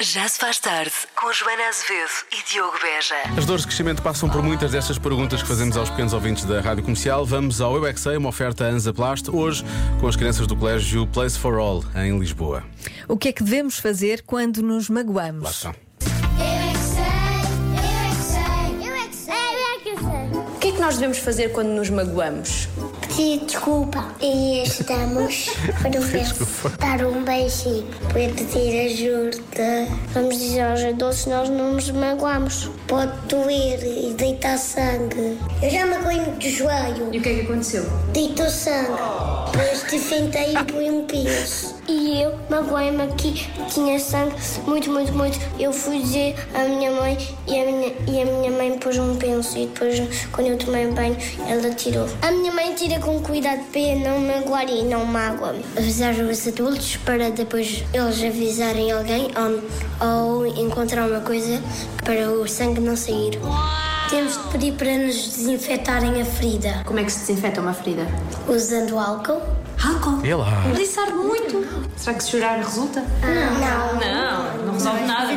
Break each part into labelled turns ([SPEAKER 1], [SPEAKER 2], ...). [SPEAKER 1] Já se faz tarde com Joana Azevedo e Diogo Beja.
[SPEAKER 2] As dores de crescimento passam por muitas dessas perguntas que fazemos aos pequenos ouvintes da Rádio Comercial. Vamos ao Eu é Que Sei, uma oferta Anza Plast, hoje com as crianças do Colégio Place for All, em Lisboa.
[SPEAKER 3] O que é que devemos fazer quando nos
[SPEAKER 2] Lá
[SPEAKER 3] magoamos?
[SPEAKER 2] estão.
[SPEAKER 4] O que é que nós devemos fazer quando nos magoamos?
[SPEAKER 5] Pedir desculpa e estamos para ver dar um beijinho, para pedir ajuda. Vamos dizer aos adultos nós não nos magoamos. Pode doer e deitar sangue. Eu já magoei-me do joelho,
[SPEAKER 4] E o que é que aconteceu?
[SPEAKER 5] deitou sangue. Depois defendei e põe um piso. E eu magoei-me aqui, tinha sangue, muito, muito, muito. Eu fui dizer à minha mãe e a minha, e a minha mãe pôs um penso e depois, quando eu tomei banho, ela tirou. A minha mãe tira com cuidado para não magoar e não mágoa. Avisar os adultos para depois eles avisarem alguém ou, ou encontrar uma coisa para o sangue não sair. Temos de pedir para nos desinfetarem a ferida
[SPEAKER 4] Como é que se desinfeta uma ferida?
[SPEAKER 5] usando álcool.
[SPEAKER 4] Álcool.
[SPEAKER 2] E lá.
[SPEAKER 4] Lissar muito. Será que se chorar resulta?
[SPEAKER 5] Não.
[SPEAKER 4] Não, não resolve nada.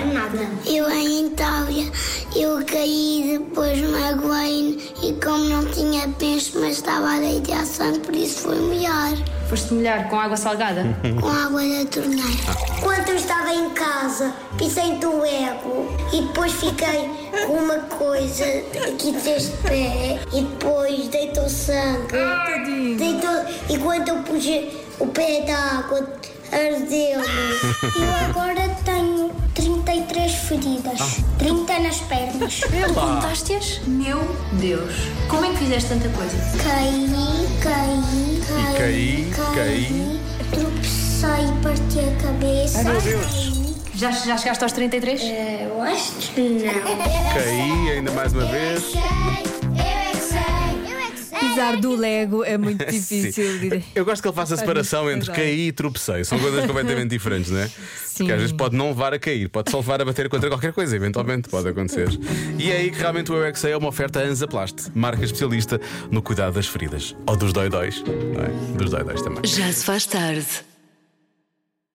[SPEAKER 5] Eu em Itália, eu caí depois magoei e como não tinha penso, mas estava a deitar sangue, por isso foi melhor,
[SPEAKER 4] Foste molhar com água salgada?
[SPEAKER 5] com água da torneira. Quando eu estava em casa, pisei do ego e depois fiquei com uma coisa aqui deste pé e depois deitou sangue. Deitou, e quando eu pus o pé da água, ardeu-me. Eu agora tenho 33 feridas, 30 nas pernas.
[SPEAKER 4] Contaste-as? Meu Deus. Como é que fizeste tanta coisa?
[SPEAKER 5] Caí, caí,
[SPEAKER 2] E caí,
[SPEAKER 5] caí,
[SPEAKER 2] caí.
[SPEAKER 5] Tropecei e parti a cabeça. meu
[SPEAKER 4] Já, já chegaste aos 33?
[SPEAKER 5] Eu acho que não.
[SPEAKER 2] Caí ainda mais uma vez.
[SPEAKER 3] Pisar do Lego é muito difícil.
[SPEAKER 2] Sim.
[SPEAKER 3] de-
[SPEAKER 2] Eu gosto que ele faça a separação entre
[SPEAKER 3] Exato.
[SPEAKER 2] caí e tropecei. São coisas completamente diferentes, não é? Porque às vezes pode não levar a cair, pode só levar a bater contra qualquer coisa, eventualmente pode acontecer. E é aí que realmente o Eu é Que Sei é uma oferta Anzaplast, marca especialista no cuidado das feridas. Ou dos dói-dóis, não é? Dos dói-dóis também.
[SPEAKER 1] Já se faz tarde